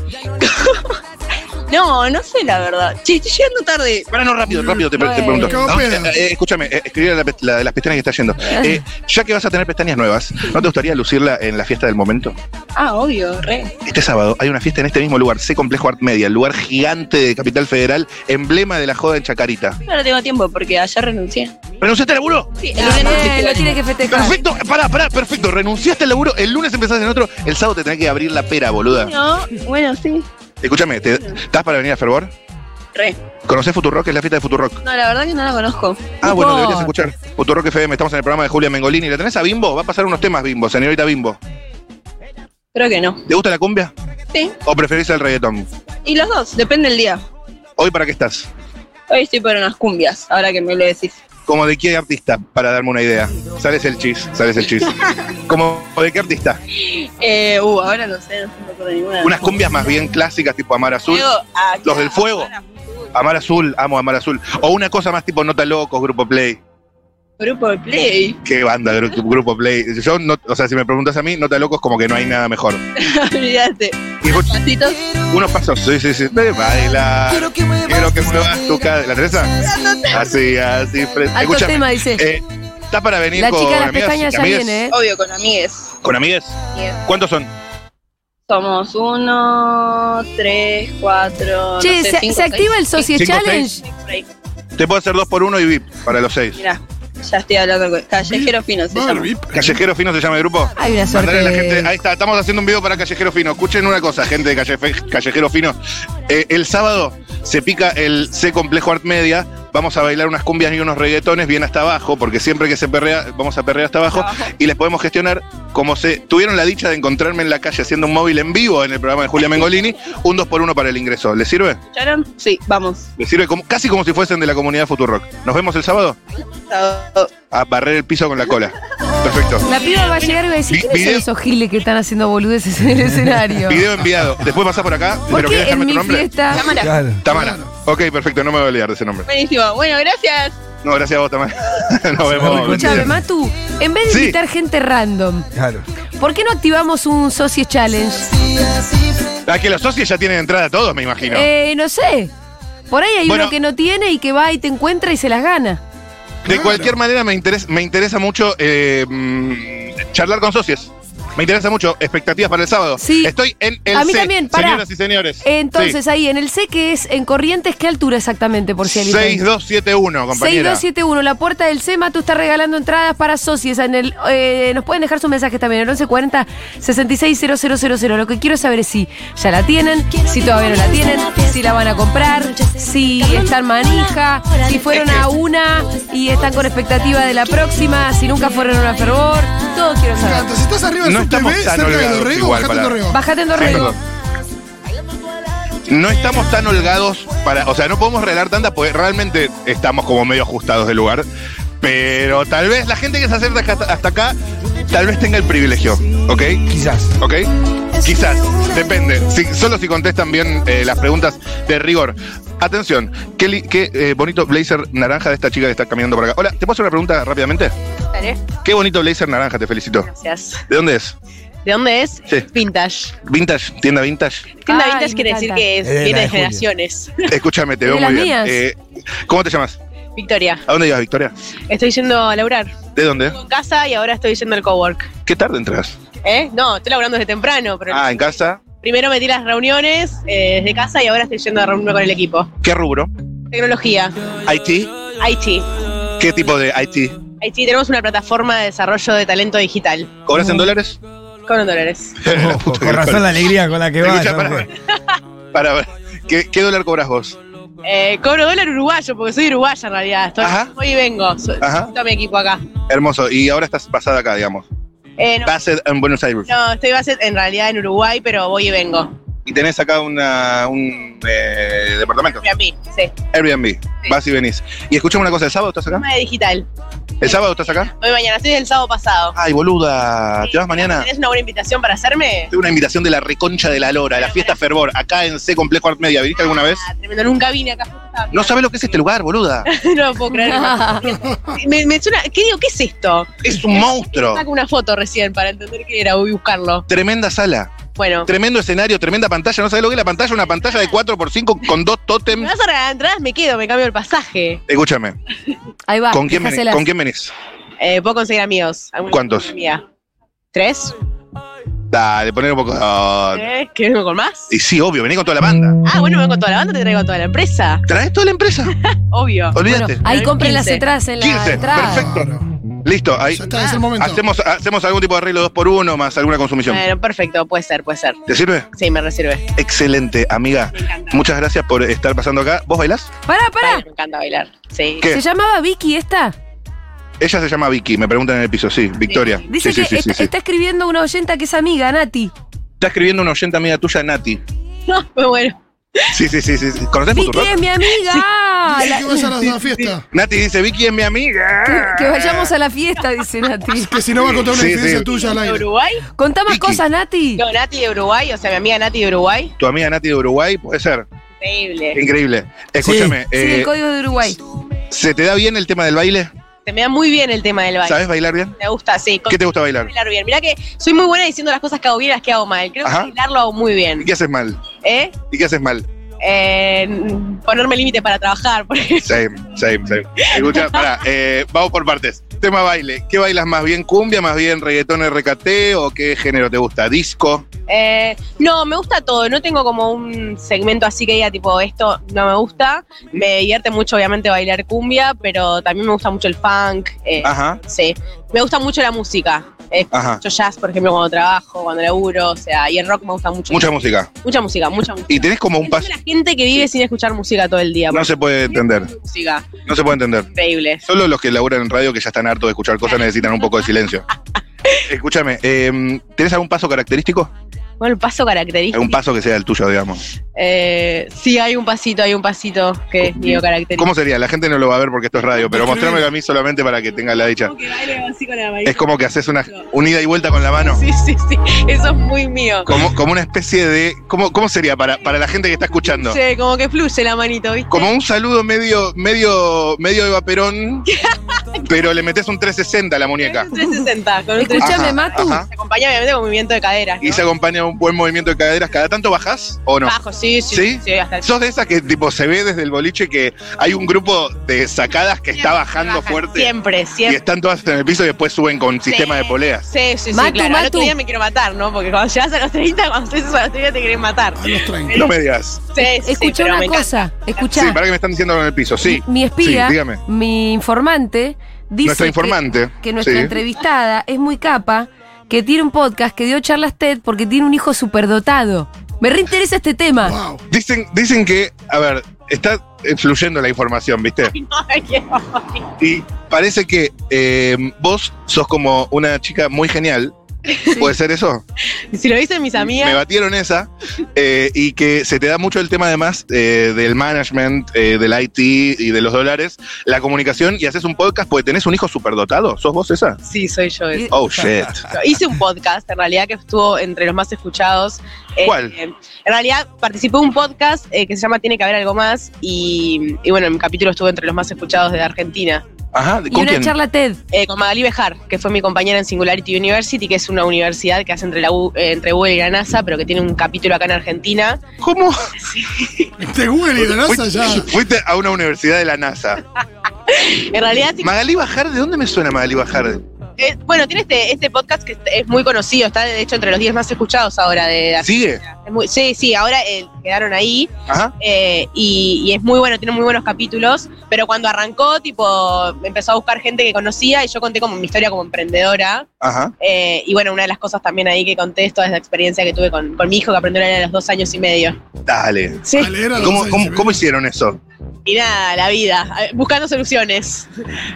no, no sé la verdad. Che, estoy llegando tarde.
Bueno, no, rápido, rápido te, pre- te
Bueno.
pregunto.
¿Cómo
Eh,
pedo?
eh, escúchame, eh, escribí la, pe- la de las pestañas que está yendo. Eh, ya que vas a tener pestañas nuevas, ¿no te gustaría lucirla en la fiesta del momento?
Ah, obvio, re.
Este sábado hay una fiesta en este mismo lugar, C Complejo Art Media, el lugar gigante de Capital Federal, emblema de la joda en Chacarita.
No tengo tiempo porque ayer renuncié.
¿Renunciaste al laburo?
Sí, el lunes
Eh,
no
lo tiene
estoy-
que festejar.
Perfecto, pará, pará, perfecto. Renunciaste al laburo, el lunes empezás en otro, el sábado te tenés que abrir la pera, boluda.
No, bueno, sí.
Escúchame, ¿te- ¿estás para venir a Fervor?
Re.
¿Conocés Futurock? Es la fiesta de Futurock.
No, la verdad que no la conozco.
Ah,
Por
bueno,
favor.
deberías escuchar. Futurock FM, estamos en el programa de Julia Mengolini. ¿La tenés a Bimbo? Va a pasar unos temas Bimbo, señorita Bimbo.
Creo que no.
¿Te gusta la cumbia?
Sí.
¿O preferís el reggaetón?
Y los dos, depende del día.
¿Hoy para qué estás?
Hoy estoy por unas cumbias, ahora que me lo decís.
¿Como de qué artista? Para darme una idea. Sales el chis, sales el chis. ¿Como de qué artista?
Eh, uh, ahora no sé, no me acuerdo de ninguna.
Unas cumbias más bien clásicas, tipo Amar Azul.
Fuego, ah,
Los
claro,
del fuego.
ahora, uh,
Amar Azul, amo Amar Azul. O una cosa más tipo Nota Locos, Grupo Play.
Grupo de play.
¿Qué banda, Gru- Grupo Play? Yo, no, o sea, si me preguntas a mí, Nota Locos como que no hay nada mejor.
Olvídate.
Y escucha,
Pasitos.
unos pasos, sí, sí, sí. Ve, Baila, quiero Ah, que muevas tu cadera. ¿La Teresa? Así, así. fre-
Alto
Escúchame,
tema, dice.
eh, está para venir
la
con
chica de las
amigas,
pestañas ya
amigas?
viene, ¿eh?
Obvio, con amigues.
¿Con amigas? ¿Cuántos son?
Somos uno, tres, cuatro.
Che,
no sé,
¿se,
cinco,
se activa el
seis.
Socie
Cinco,
Challenge?
Te puedo hacer dos por uno y VIP para los seis.
Mirá, Ya estoy hablando con Callejero Fino se llama.
Barbie.
Callejero Fino se llama el grupo.
Hay una suerte
Mandale a la
de-
gente, ahí está, estamos haciendo un video para Callejero Fino. Escuchen una cosa, gente de Calle- Callejero Fino. Eh, el sábado se pica el C Complejo Art Media. Vamos a bailar unas cumbias y unos reggaetones bien hasta abajo, porque siempre que se perrea, vamos a perrear hasta abajo. Y les podemos gestionar, como se tuvieron la dicha de encontrarme en la calle haciendo un móvil en vivo en el programa de Julia Mengolini, un 2 por 1 para el ingreso. ¿Les sirve?
¿Escucharon? Sí, vamos.
Les sirve como, casi como si fuesen de la comunidad Futurock. Nos vemos el sábado
Sábado.
a barrer el piso con la cola. Perfecto.
La piba va a llegar y va a decir,
Vi-
¿quiénes son
video-
esos giles que están haciendo boludeces en el escenario?
Video enviado. Después pasás por acá,
¿Por
pero
qué
querés
en
dejarme tu
mi
nombre.
fiesta?
Cámara.
Claro.
Tamara. Ok, perfecto, no me voy a olvidar de ese nombre.
Buenísimo. Bueno, gracias.
No, gracias a vos, Tamara. Nos vemos.
Escuchame, Matu, en vez de
Sí.
invitar gente random,
Claro.
¿por qué no activamos un Socie Challenge?
Ah, que los socios ya tienen entrada todos, me imagino.
Eh, no sé. Por ahí hay
Bueno.
uno que no tiene y que va y te encuentra y se las gana.
de cualquier manera, me interesa, me interesa mucho eh, mm, charlar con socios. Me interesa mucho. Expectativas para el sábado.
Sí.
Estoy en el
A mí
C,
también, pará.
Señoras y señores.
Entonces, ahí en el C que es en Corrientes, ¿qué altura exactamente por si
Sí.
alguien?
6271, compañera.
6271, la puerta del C, Matu está regalando entradas para socios. En el, eh, nos pueden dejar sus mensajes también, el 1140 660000. Lo que quiero saber es si ya la tienen, si todavía no la tienen, si la van a comprar, si están manija, si fueron a una y están con expectativa de la próxima, si nunca fueron a una fervor. Todo quiero
Me
saber.
encanta. Si estás arriba de
No
su
estamos
TV,
tan
cerca de
holgados
Dorrego,
igual
bajate en
para-
Dorrego.
Bájate en
Sí,
Dorrego.
perdón. No estamos tan holgados para. O sea, no podemos regalar tantas porque realmente estamos como medio ajustados del lugar. Pero tal vez la gente que se acerca hasta, hasta acá, tal vez tenga el privilegio. ¿Ok?
Quizás.
¿Ok? Quizás, depende. Si- solo si contestan bien eh, las preguntas de rigor. Atención, qué, li- qué, eh, bonito blazer naranja de esta chica que está caminando por acá. Hola, ¿te puedo hacer una pregunta rápidamente?
Dale.
Qué bonito blazer naranja, te felicito.
Gracias.
¿De dónde es?
¿De dónde es?
Sí.
Vintage.
Vintage, tienda vintage.
Tienda
Ay,
vintage
me
quiere
encanta.
decir que es,
Es de la
viene
de
de
Julia.
generaciones.
Escúchame, te
De
veo
las
muy bien.
mías.
Eh, ¿Cómo te llamas?
Victoria,
¿A dónde ibas, Victoria?
estoy yendo a laburar.
¿De dónde?
Estuve en casa y ahora estoy yendo al cowork.
¿Qué tarde entras?
¿Eh? No, estoy laburando desde temprano, pero
Ah, en casa.
primero metí las reuniones eh, desde casa y ahora estoy yendo a reunirme con el equipo.
¿Qué rubro?
Tecnología,
¿IT?
IT.
¿Qué tipo de IT?
IT tenemos una plataforma de desarrollo de talento digital.
¿Cobras en dólares?
Con dólares.
Ojo, con razón la alegría con la que va.
Escucha,
¿no?
para, para ver. ¿Qué, ¿Qué dólar cobras vos?
Eh, cobro dólar uruguayo, porque soy uruguaya en realidad. Estoy,
Ajá.
Hoy vengo. Soy,
Ajá.
junto a mi equipo acá.
Hermoso. Y ahora estás basada acá, digamos.
Eh, no,
Based en Buenos Aires.
no, estoy base en realidad en Uruguay, pero voy y vengo.
Y tenés acá una, un eh, departamento.
Mira a mí, sí.
Airbnb. Vas y venís. Y escuchame una cosa. ¿El sábado estás acá?
Tema de digital.
¿El sábado estás acá?
Hoy mañana, estoy del sábado pasado.
Ay, boluda. ¿Te vas mañana?
¿Tenés una buena invitación para hacerme?
Tengo una invitación de la reconcha de la lora, la fiesta fervor, acá en C Complejo Art Media. ¿Viniste alguna vez?
Ah, tremendo, nunca vine acá. justo estaba-
No sabes lo que es este lugar, boluda.
no lo puedo creer. me, me suena, ¿qué digo? ¿Qué es esto?
Es un monstruo.
Saco una foto recién para entender qué era, voy a buscarlo.
Tremenda sala,
Bueno,
tremendo escenario, tremenda pantalla. ¿No sabes lo que es la pantalla? Una pantalla de 4x5 con dos
me
tótems.
vas a regalar entradas, me quedo, me cambio el pasaje.
Escúchame,
Ahí va.
¿con quién, venís?
déjaselas.
¿con quién venís?
Eh, puedo conseguir amigos. ¿Alguna
¿Cuántos?
amiga? ¿Tres?
Dale, poner un poco. ah,
¿Tres? ¿Quieres Eh, vengo con más?
y sí, obvio, vení con toda la banda.
Ah, bueno, vengo con toda la banda, te traigo toda la empresa.
Traes toda la empresa,
Obvio.
Bueno,
olvídate.
ahí
Pero
compren las
15.
entradas en la
15,
entrada.
perfecto.
Claro.
Listo, ahí.
Ya está, es el momento.
Hacemos, hacemos algún tipo de arreglo dos por uno más alguna consumición.
Bueno, perfecto, puede ser, puede ser.
¿Te sirve?
Sí, me reservé.
Excelente, amiga. Muchas gracias por estar pasando acá. ¿Vos bailás?
Pará, pará.
Ay, Me encanta bailar. Sí.
¿Qué?
¿Se llamaba Vicky esta?
Ella se llama Vicky, me preguntan en el piso. Sí, Victoria.
Dice
sí,
que
sí, sí,
está,
sí, sí.
está escribiendo una oyenta que es amiga, Nati.
Está escribiendo una oyenta amiga tuya, Nati.
Muy bueno.
Sí, sí, sí. sí. sí. ¿Conocés
Vicky
Futurock?
es mi amiga.
Dice
La-
que vas a la, la fiesta.
Nati dice, Vicky es mi amiga.
que vayamos a la fiesta, dice Nati.
Que si no va a contar una
Sí, sí.
experiencia tuya al
¿De
aire.
Uruguay?
Contá más
Vicky.
cosas, Nati.
No, Nati de Uruguay, o sea, mi amiga Nati de Uruguay.
Tu amiga Nati de Uruguay, puede ser.
Increíble.
Increíble. Escúchame,
Sí,
eh,
el código de Uruguay.
¿se te da bien el tema del baile?
Se me da muy bien el tema del baile.
¿Sabes bailar bien?
Me gusta, sí. con-
¿Qué te gusta bailar?
bailar bien. Mirá que soy muy buena diciendo las cosas que hago bien y las que hago mal. Creo
Ajá.
que bailarlo hago muy
¿Y
bien.
qué haces mal?
¿Eh?
¿Y qué haces mal?
Eh, ponerme límites para trabajar. Porque
Same, same, same. Escucha, pará, eh, vamos por partes. Tema baile. ¿Qué bailas más bien? ¿Cumbia, más bien reggaetón RKT o qué género te gusta? ¿Disco?
Eh, no, me gusta todo. No tengo como un segmento así que diga, tipo, esto no me gusta. Me divierte mucho, obviamente, bailar cumbia, pero también me gusta mucho el funk. eh,
Ajá,
Sí. Me gusta mucho la música. Eh,
ajá.
Yo jazz, por ejemplo, cuando trabajo, cuando laburo, o sea, y el rock me gusta mucho.
Mucha música.
Mucha música, mucha música.
Y tenés como un
Entiendo
paso.
la gente que vive sin escuchar música todo el día.
No
porque
se puede entender.
Música,
No se puede entender.
increíble.
Solo los que laburan en radio que ya están hartos de escuchar cosas necesitan un poco de silencio. Escúchame, eh, ¿tenés algún paso característico?
Bueno, el paso característico.
Algún paso que sea el tuyo, digamos.
Eh, sí, hay un pasito, hay un pasito que es mío característico.
¿Cómo sería? La gente no lo va a ver porque esto es radio, pero mostrámelo a mí solamente para que tenga la dicha.
Como que bailo así con la varita.
Es como que haces una unida y vuelta con la mano.
Sí, sí, sí. Eso es muy mío.
Como, como una especie de. ¿Cómo, cómo sería para, para la gente que está escuchando?
Sí, como que fluye la manito, ¿viste?
Como un saludo medio, medio, medio de vaperón, pero le metes un 360 a la muñeca.
Un 360. Con un 360.
Escúchame,
Ajá,
Matu.
ajá.
Se acompaña obviamente con movimiento de caderas. ¿no?
Y se acompaña un buen movimiento de caderas. ¿Cada tanto bajás o no?
Bajo, sí, sí.
¿Sí?
hasta el-
Sos de esas que tipo se ve desde el boliche que hay un grupo de sacadas que está bajando
Bajan.
fuerte
Siempre,
y
siempre.
están todas en el piso y después suben con sistema de poleas.
Sí, sí, sí,
Matu,
claro. Al
Matu.
otro día me quiero matar, ¿no? Porque cuando llegas a los 30, cuando estés a los 30 te quieren matar.
A los 30.
No me digas.
Sí, sí,
Escuchá
pero me
una
encanta.
cosa, escuchá.
Sí, para que me están diciendo en el piso. Sí.
Mi espía,
Sí, dígame.
mi informante, dice
Nuestra
que-
informante.
que, nuestra
Sí.
entrevistada es muy capa, que tiene un podcast, que dio charlas TED porque tiene un hijo superdotado. Me reinteresa este tema.
Wow.
Dicen, dicen que, a ver, está fluyendo la información, ¿viste?
Ay, no, me quiero morir.
Y parece que eh, vos sos como una chica muy genial. ¿Puede ser eso?
Y Si lo dicen mis
Me
amigas,
batieron esa. eh, y que se te da mucho el tema además eh, del management, eh, del IT y de los dólares, la comunicación y haces un podcast porque tenés un hijo superdotado. ¿Sos vos esa?
sí, soy yo. esa.
Oh, shit.
Hice un podcast, en realidad, que estuvo entre los más escuchados. Eh,
¿Cuál?
eh, en realidad, participé de un podcast eh, que se llama Tiene que haber algo más. Y, y bueno, mi capítulo estuvo entre los más escuchados de Argentina.
Ajá,
Y
¿con
una
quién?
charla TED.
Eh, con Magali Bejar, que fue mi compañera en Singularity University, que es una universidad que hace entre, la U- eh, entre Google y la NASA, pero que tiene un capítulo acá en Argentina.
¿Cómo?
Este Google y la NASA ya.
Fuiste- Fuiste a una universidad de la NASA.
En realidad, sí,
Magalí Bajar, ¿de dónde me suena Magalí Bajar?
eh, bueno, tiene este, este podcast que es muy conocido, está de hecho entre los 10 más escuchados ahora de Argentina.
¿Sigue?
Es muy- sí, sí, ahora eh, quedaron ahí
Ajá.
eh, y, y es muy bueno, tiene muy buenos capítulos, pero cuando arrancó, tipo, empezó a buscar gente que conocía y yo conté como mi historia como emprendedora.
Ajá.
eh, y bueno, una de las cosas también ahí que conté es toda esa experiencia que tuve con, con mi hijo que aprendió a leer a los dos años y medio.
Dale.
Sí.
A leer a los
¿Cómo,
seis,
cómo,
¿sí?
cómo hicieron eso?
Y nada, la vida, eh, buscando soluciones.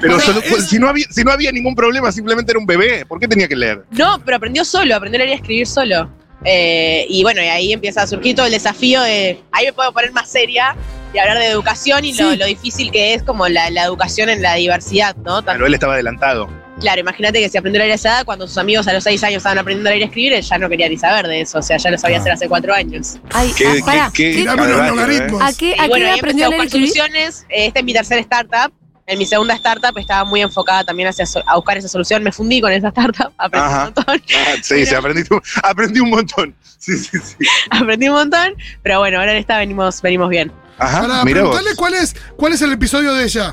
Pero
O sea,
solo-
es-
si, no había, si no había ningún problema, simplemente era un bebé. ¿Por qué tenía que leer?
No, pero aprendió solo, aprendió a leer y a escribir solo. Eh, y bueno, y ahí empieza a surgir todo el desafío de, ahí me puedo poner más seria y hablar de educación y lo,
Sí.
lo difícil que es como la, la educación en la diversidad, ¿no? Tan-
Claro, él estaba adelantado.
Claro, imagínate que si aprendió a leer a esa edad, cuando sus amigos a los seis años estaban aprendiendo a leer y a escribir, él ya no quería ni saber de eso, o sea, ya lo sabía
Ah.
hacer hace cuatro años.
Ay,
Qué-
ah,
qué-
pará,
qué-
¿qué-
Tirame los
Carvalho,
logaritmos.
¿A qué,
Y
a qué
bueno,
edad
ahí empecé
aprendió
a
a leer y
buscar
escribir?
soluciones. Eh, Esta es mi tercera startup. En mi segunda startup estaba muy enfocada también hacia so- a buscar esa solución. Me fundí con esa startup, aprendí
Ajá.
un montón.
Ah, sí, sí, aprendí, un- aprendí un montón. Sí, sí, sí.
aprendí un montón, pero bueno, ahora en esta venimos, venimos bien.
Ajá,
Para
mira vos.
preguntarle cuál es, cuál es el episodio de ella.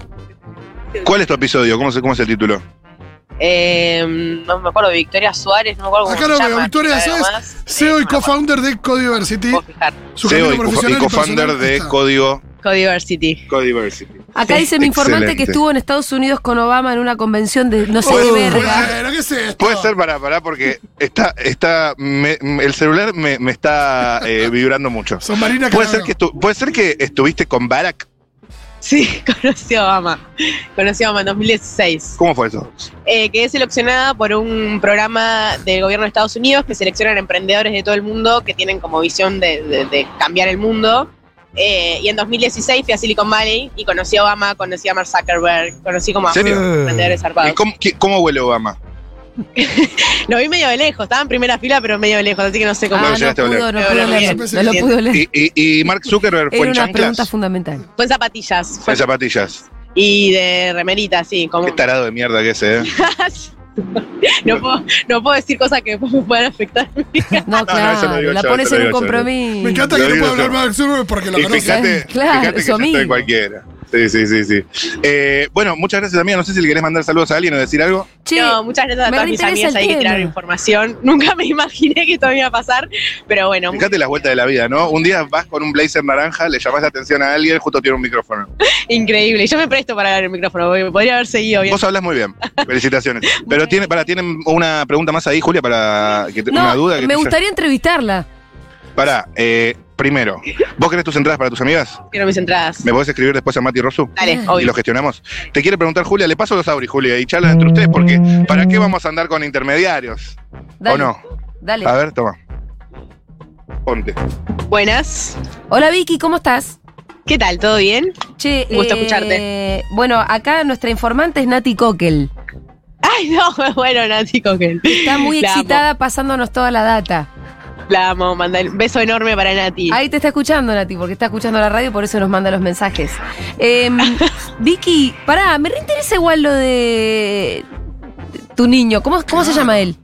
¿Cuál es tu episodio? ¿Cómo, se- cómo es el título?
Eh, no me acuerdo, Victoria Suárez, no me acuerdo cómo
Acá
se
lo veo,
llama,
Victoria
algo
Suárez,
más.
CEO y
Eh, no me acuerdo,
co-founder de Codiversity.
puedo fijar.
Su
Oh, CEO
camino
y co-
profesional
y
y
co-founder
personal. Ahí
de
está.
Código
Codiversity.
Codiversity.
Acá dice mi informante que
Excelente.
estuvo en Estados Unidos con Obama en una convención de no sé qué
Oh,
verga.
Bueno, ¿qué es esto?
Puede ser, pará, pará, porque está, está, me- me- el celular me, me está eh, vibrando mucho.
Son Marina
Puede ser,
Canaro.
que estu- puede ser que estuviste con Barack.
Sí, conocí a Obama. Conocí a Obama en 2016.
¿Cómo fue eso?
eh, quedé seleccionada por un programa del gobierno de Estados Unidos que seleccionan emprendedores de todo el mundo que tienen como visión de, de- de cambiar el mundo. Eh, y en 2016 fui a Silicon Valley y conocí a Obama, conocí a Mark Zuckerberg, conocí como a
¿En serio?
emprendedores
¿Y
zarpados.
cómo, qué- cómo huele Obama?
Lo vi medio de lejos, estaba en primera fila, pero medio de lejos, así que no sé cómo.
Ah,
lo
no
llegaste a
pudo,
hablar.
no pudo
Pero
leer. No
lo
lo pudo leer.
¿Y, y, y Mark Zuckerberg fue
Era
en
una pregunta
chanclas?
fundamental.
Fue en zapatillas. fue-
En zapatillas.
y de remerita, sí. Como,
Qué tarado de mierda que ese, ¿eh?
no, puedo, no puedo decir cosas que puedan afectar.
No,
eso
claro,
lo digo
la
yo,
pones
eso lo
en un
digo yo.
compromiso.
Me encanta
Lo
que no
digo
pueda hablar
yo.
más del sur porque lo
Y
conoce.
fíjate,
Claro,
fíjate que
su
yo estoy
amigo.
cualquiera. Sí, sí, sí, sí. Eh, bueno, muchas gracias, amiga. No sé si le querés mandar saludos a alguien o decir algo.
Che,
No, muchas gracias a
me
todas mis
reinteresa
amigas
el
ahí que
tema.
tiraron información. Nunca me imaginé que esto me iba a pasar, pero bueno.
Fíjate las vueltas de la vida, ¿no? Un día vas con un blazer naranja, le llamás la atención a alguien, justo tiene un micrófono.
Increíble. Yo me presto para ganar el micrófono, porque podría haber seguido bien.
Vos hablas muy bien. Felicitaciones. Pero
Bueno.
tiene, para, tienen una pregunta más ahí, Julia, para que te-
no,
una duda. Que
me
te-
gustaría entrevistarla.
Pará, eh, primero, ¿vos querés tus entradas para tus amigas?
Quiero mis entradas.
¿Me podés escribir después a Mati Rosu?
Dale,
Y
obvio.
lo gestionamos. Te quiere preguntar, Julia, le paso los auris, Julia, y charlan
Mm.
entre ustedes, porque ¿para qué vamos a andar con intermediarios?
Dale,
¿O no?
Dale.
A ver, toma. Ponte.
Buenas.
Hola Vicky, ¿cómo estás?
¿Qué tal? ¿Todo bien?
Che, eh,
Un gusto escucharte.
Bueno, acá nuestra informante es Nati Coquel.
Ay, no, bueno, Nancy Coquel.
Está muy
La amo,
excitada pasándonos toda la data.
la amo, manda un beso enorme para Nati.
Ahí te está escuchando, Nati, porque está escuchando la radio, por eso nos manda los mensajes. Em, Vicky, pará, me reinteresa igual lo de tu niño. ¿Cómo, cómo se llama él?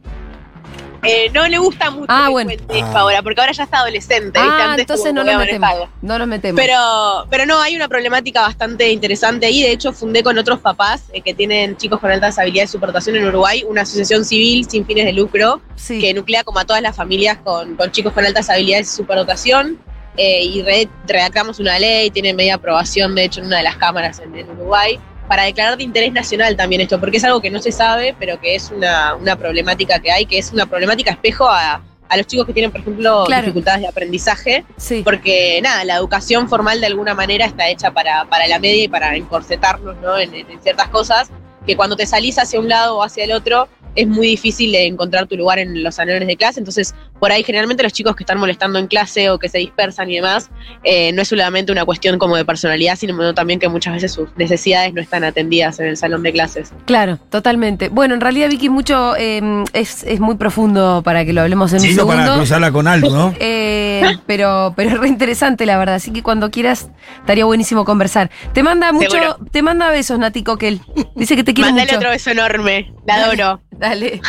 Eh, no le gusta mucho
Ah,
que
bueno.
cuente esto ahora, porque ahora ya está adolescente. ¿viste?
Ah,
Antes
entonces
como
no
que
nos
había
metemos.
manejado.
No nos metemos.
Pero, pero no, hay una problemática bastante interesante ahí. De hecho, fundé con otros papás eh, que tienen chicos con altas habilidades de superdotación en Uruguay una asociación civil sin fines de lucro
sí.
que nuclea como a todas las familias con, con chicos con altas habilidades y superdotación. eh, y re- redactamos una ley, tiene media aprobación, de hecho, en una de las cámaras en, en Uruguay, para declarar de interés nacional también esto, porque es algo que no se sabe, pero que es una, una problemática que hay, que es una problemática espejo a, a los chicos que tienen, por ejemplo,
Claro.
dificultades de aprendizaje
sí.
porque nada, la educación formal de alguna manera está hecha para, para la media y para encorsetarnos ¿no? en, en ciertas cosas, que cuando te salís hacia un lado o hacia el otro es muy difícil eh, encontrar tu lugar en los salones de clase, entonces por ahí generalmente los chicos que están molestando en clase o que se dispersan y demás, eh, no es solamente una cuestión como de personalidad, sino también que muchas veces sus necesidades no están atendidas en el salón de clases.
Claro, totalmente. Bueno, en realidad, Vicky, mucho eh, es, es muy profundo para que lo hablemos en un
Sí, no
segundo.
para cruzarla con algo, ¿no?
Eh, pero, pero es re interesante, la verdad. Así que cuando quieras, estaría buenísimo conversar. Te manda mucho,
Seguro.
te manda besos, Nati Coquel. Dice que te quiere
Mandale
mucho.
otro beso enorme, la adoro.
Dale.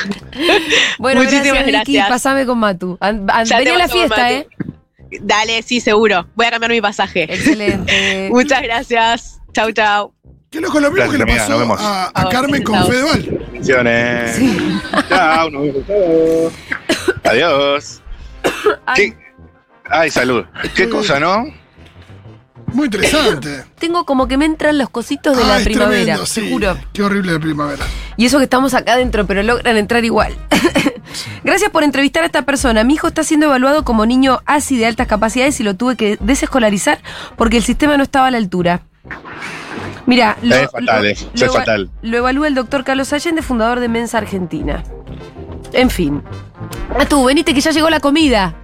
Bueno,
Muchísimas
gracias, Vicky.
gracias.
Pasame con Matu. An- an-
Ya te
vení a la
paso,
fiesta,
Mati.
¿eh?
Dale, sí, seguro. Voy a cambiar mi pasaje.
Excelente.
Muchas gracias. Chau, chau.
Qué loco, lo mismo
Gracias,
que le
amiga, nos
pasó
vemos.
a, a
Chao,
Carmen
Ah,
con
chao.
Fedeval.
Bendiciones.
Sí.
Chao, nos vemos. Chao. Adiós.
Ay,
¿Qué? Ay, salud. Qué cosa, ¿no?
Muy interesante.
tengo como que me entran los cositos de
Ah,
la
es
primavera,
tremendo, sí.
seguro.
Qué horrible la primavera.
Y eso que estamos acá adentro, pero logran entrar igual. Gracias por entrevistar a esta persona. Mi hijo está siendo evaluado como niño ASI de altas capacidades y lo tuve que desescolarizar porque el sistema no estaba a la altura. Mira, lo,
Es fatal, es- es
eva-
fatal.
lo evalúa el doctor Carlos Allende, fundador de Mensa Argentina. En fin. A tú, venite que ya llegó la comida.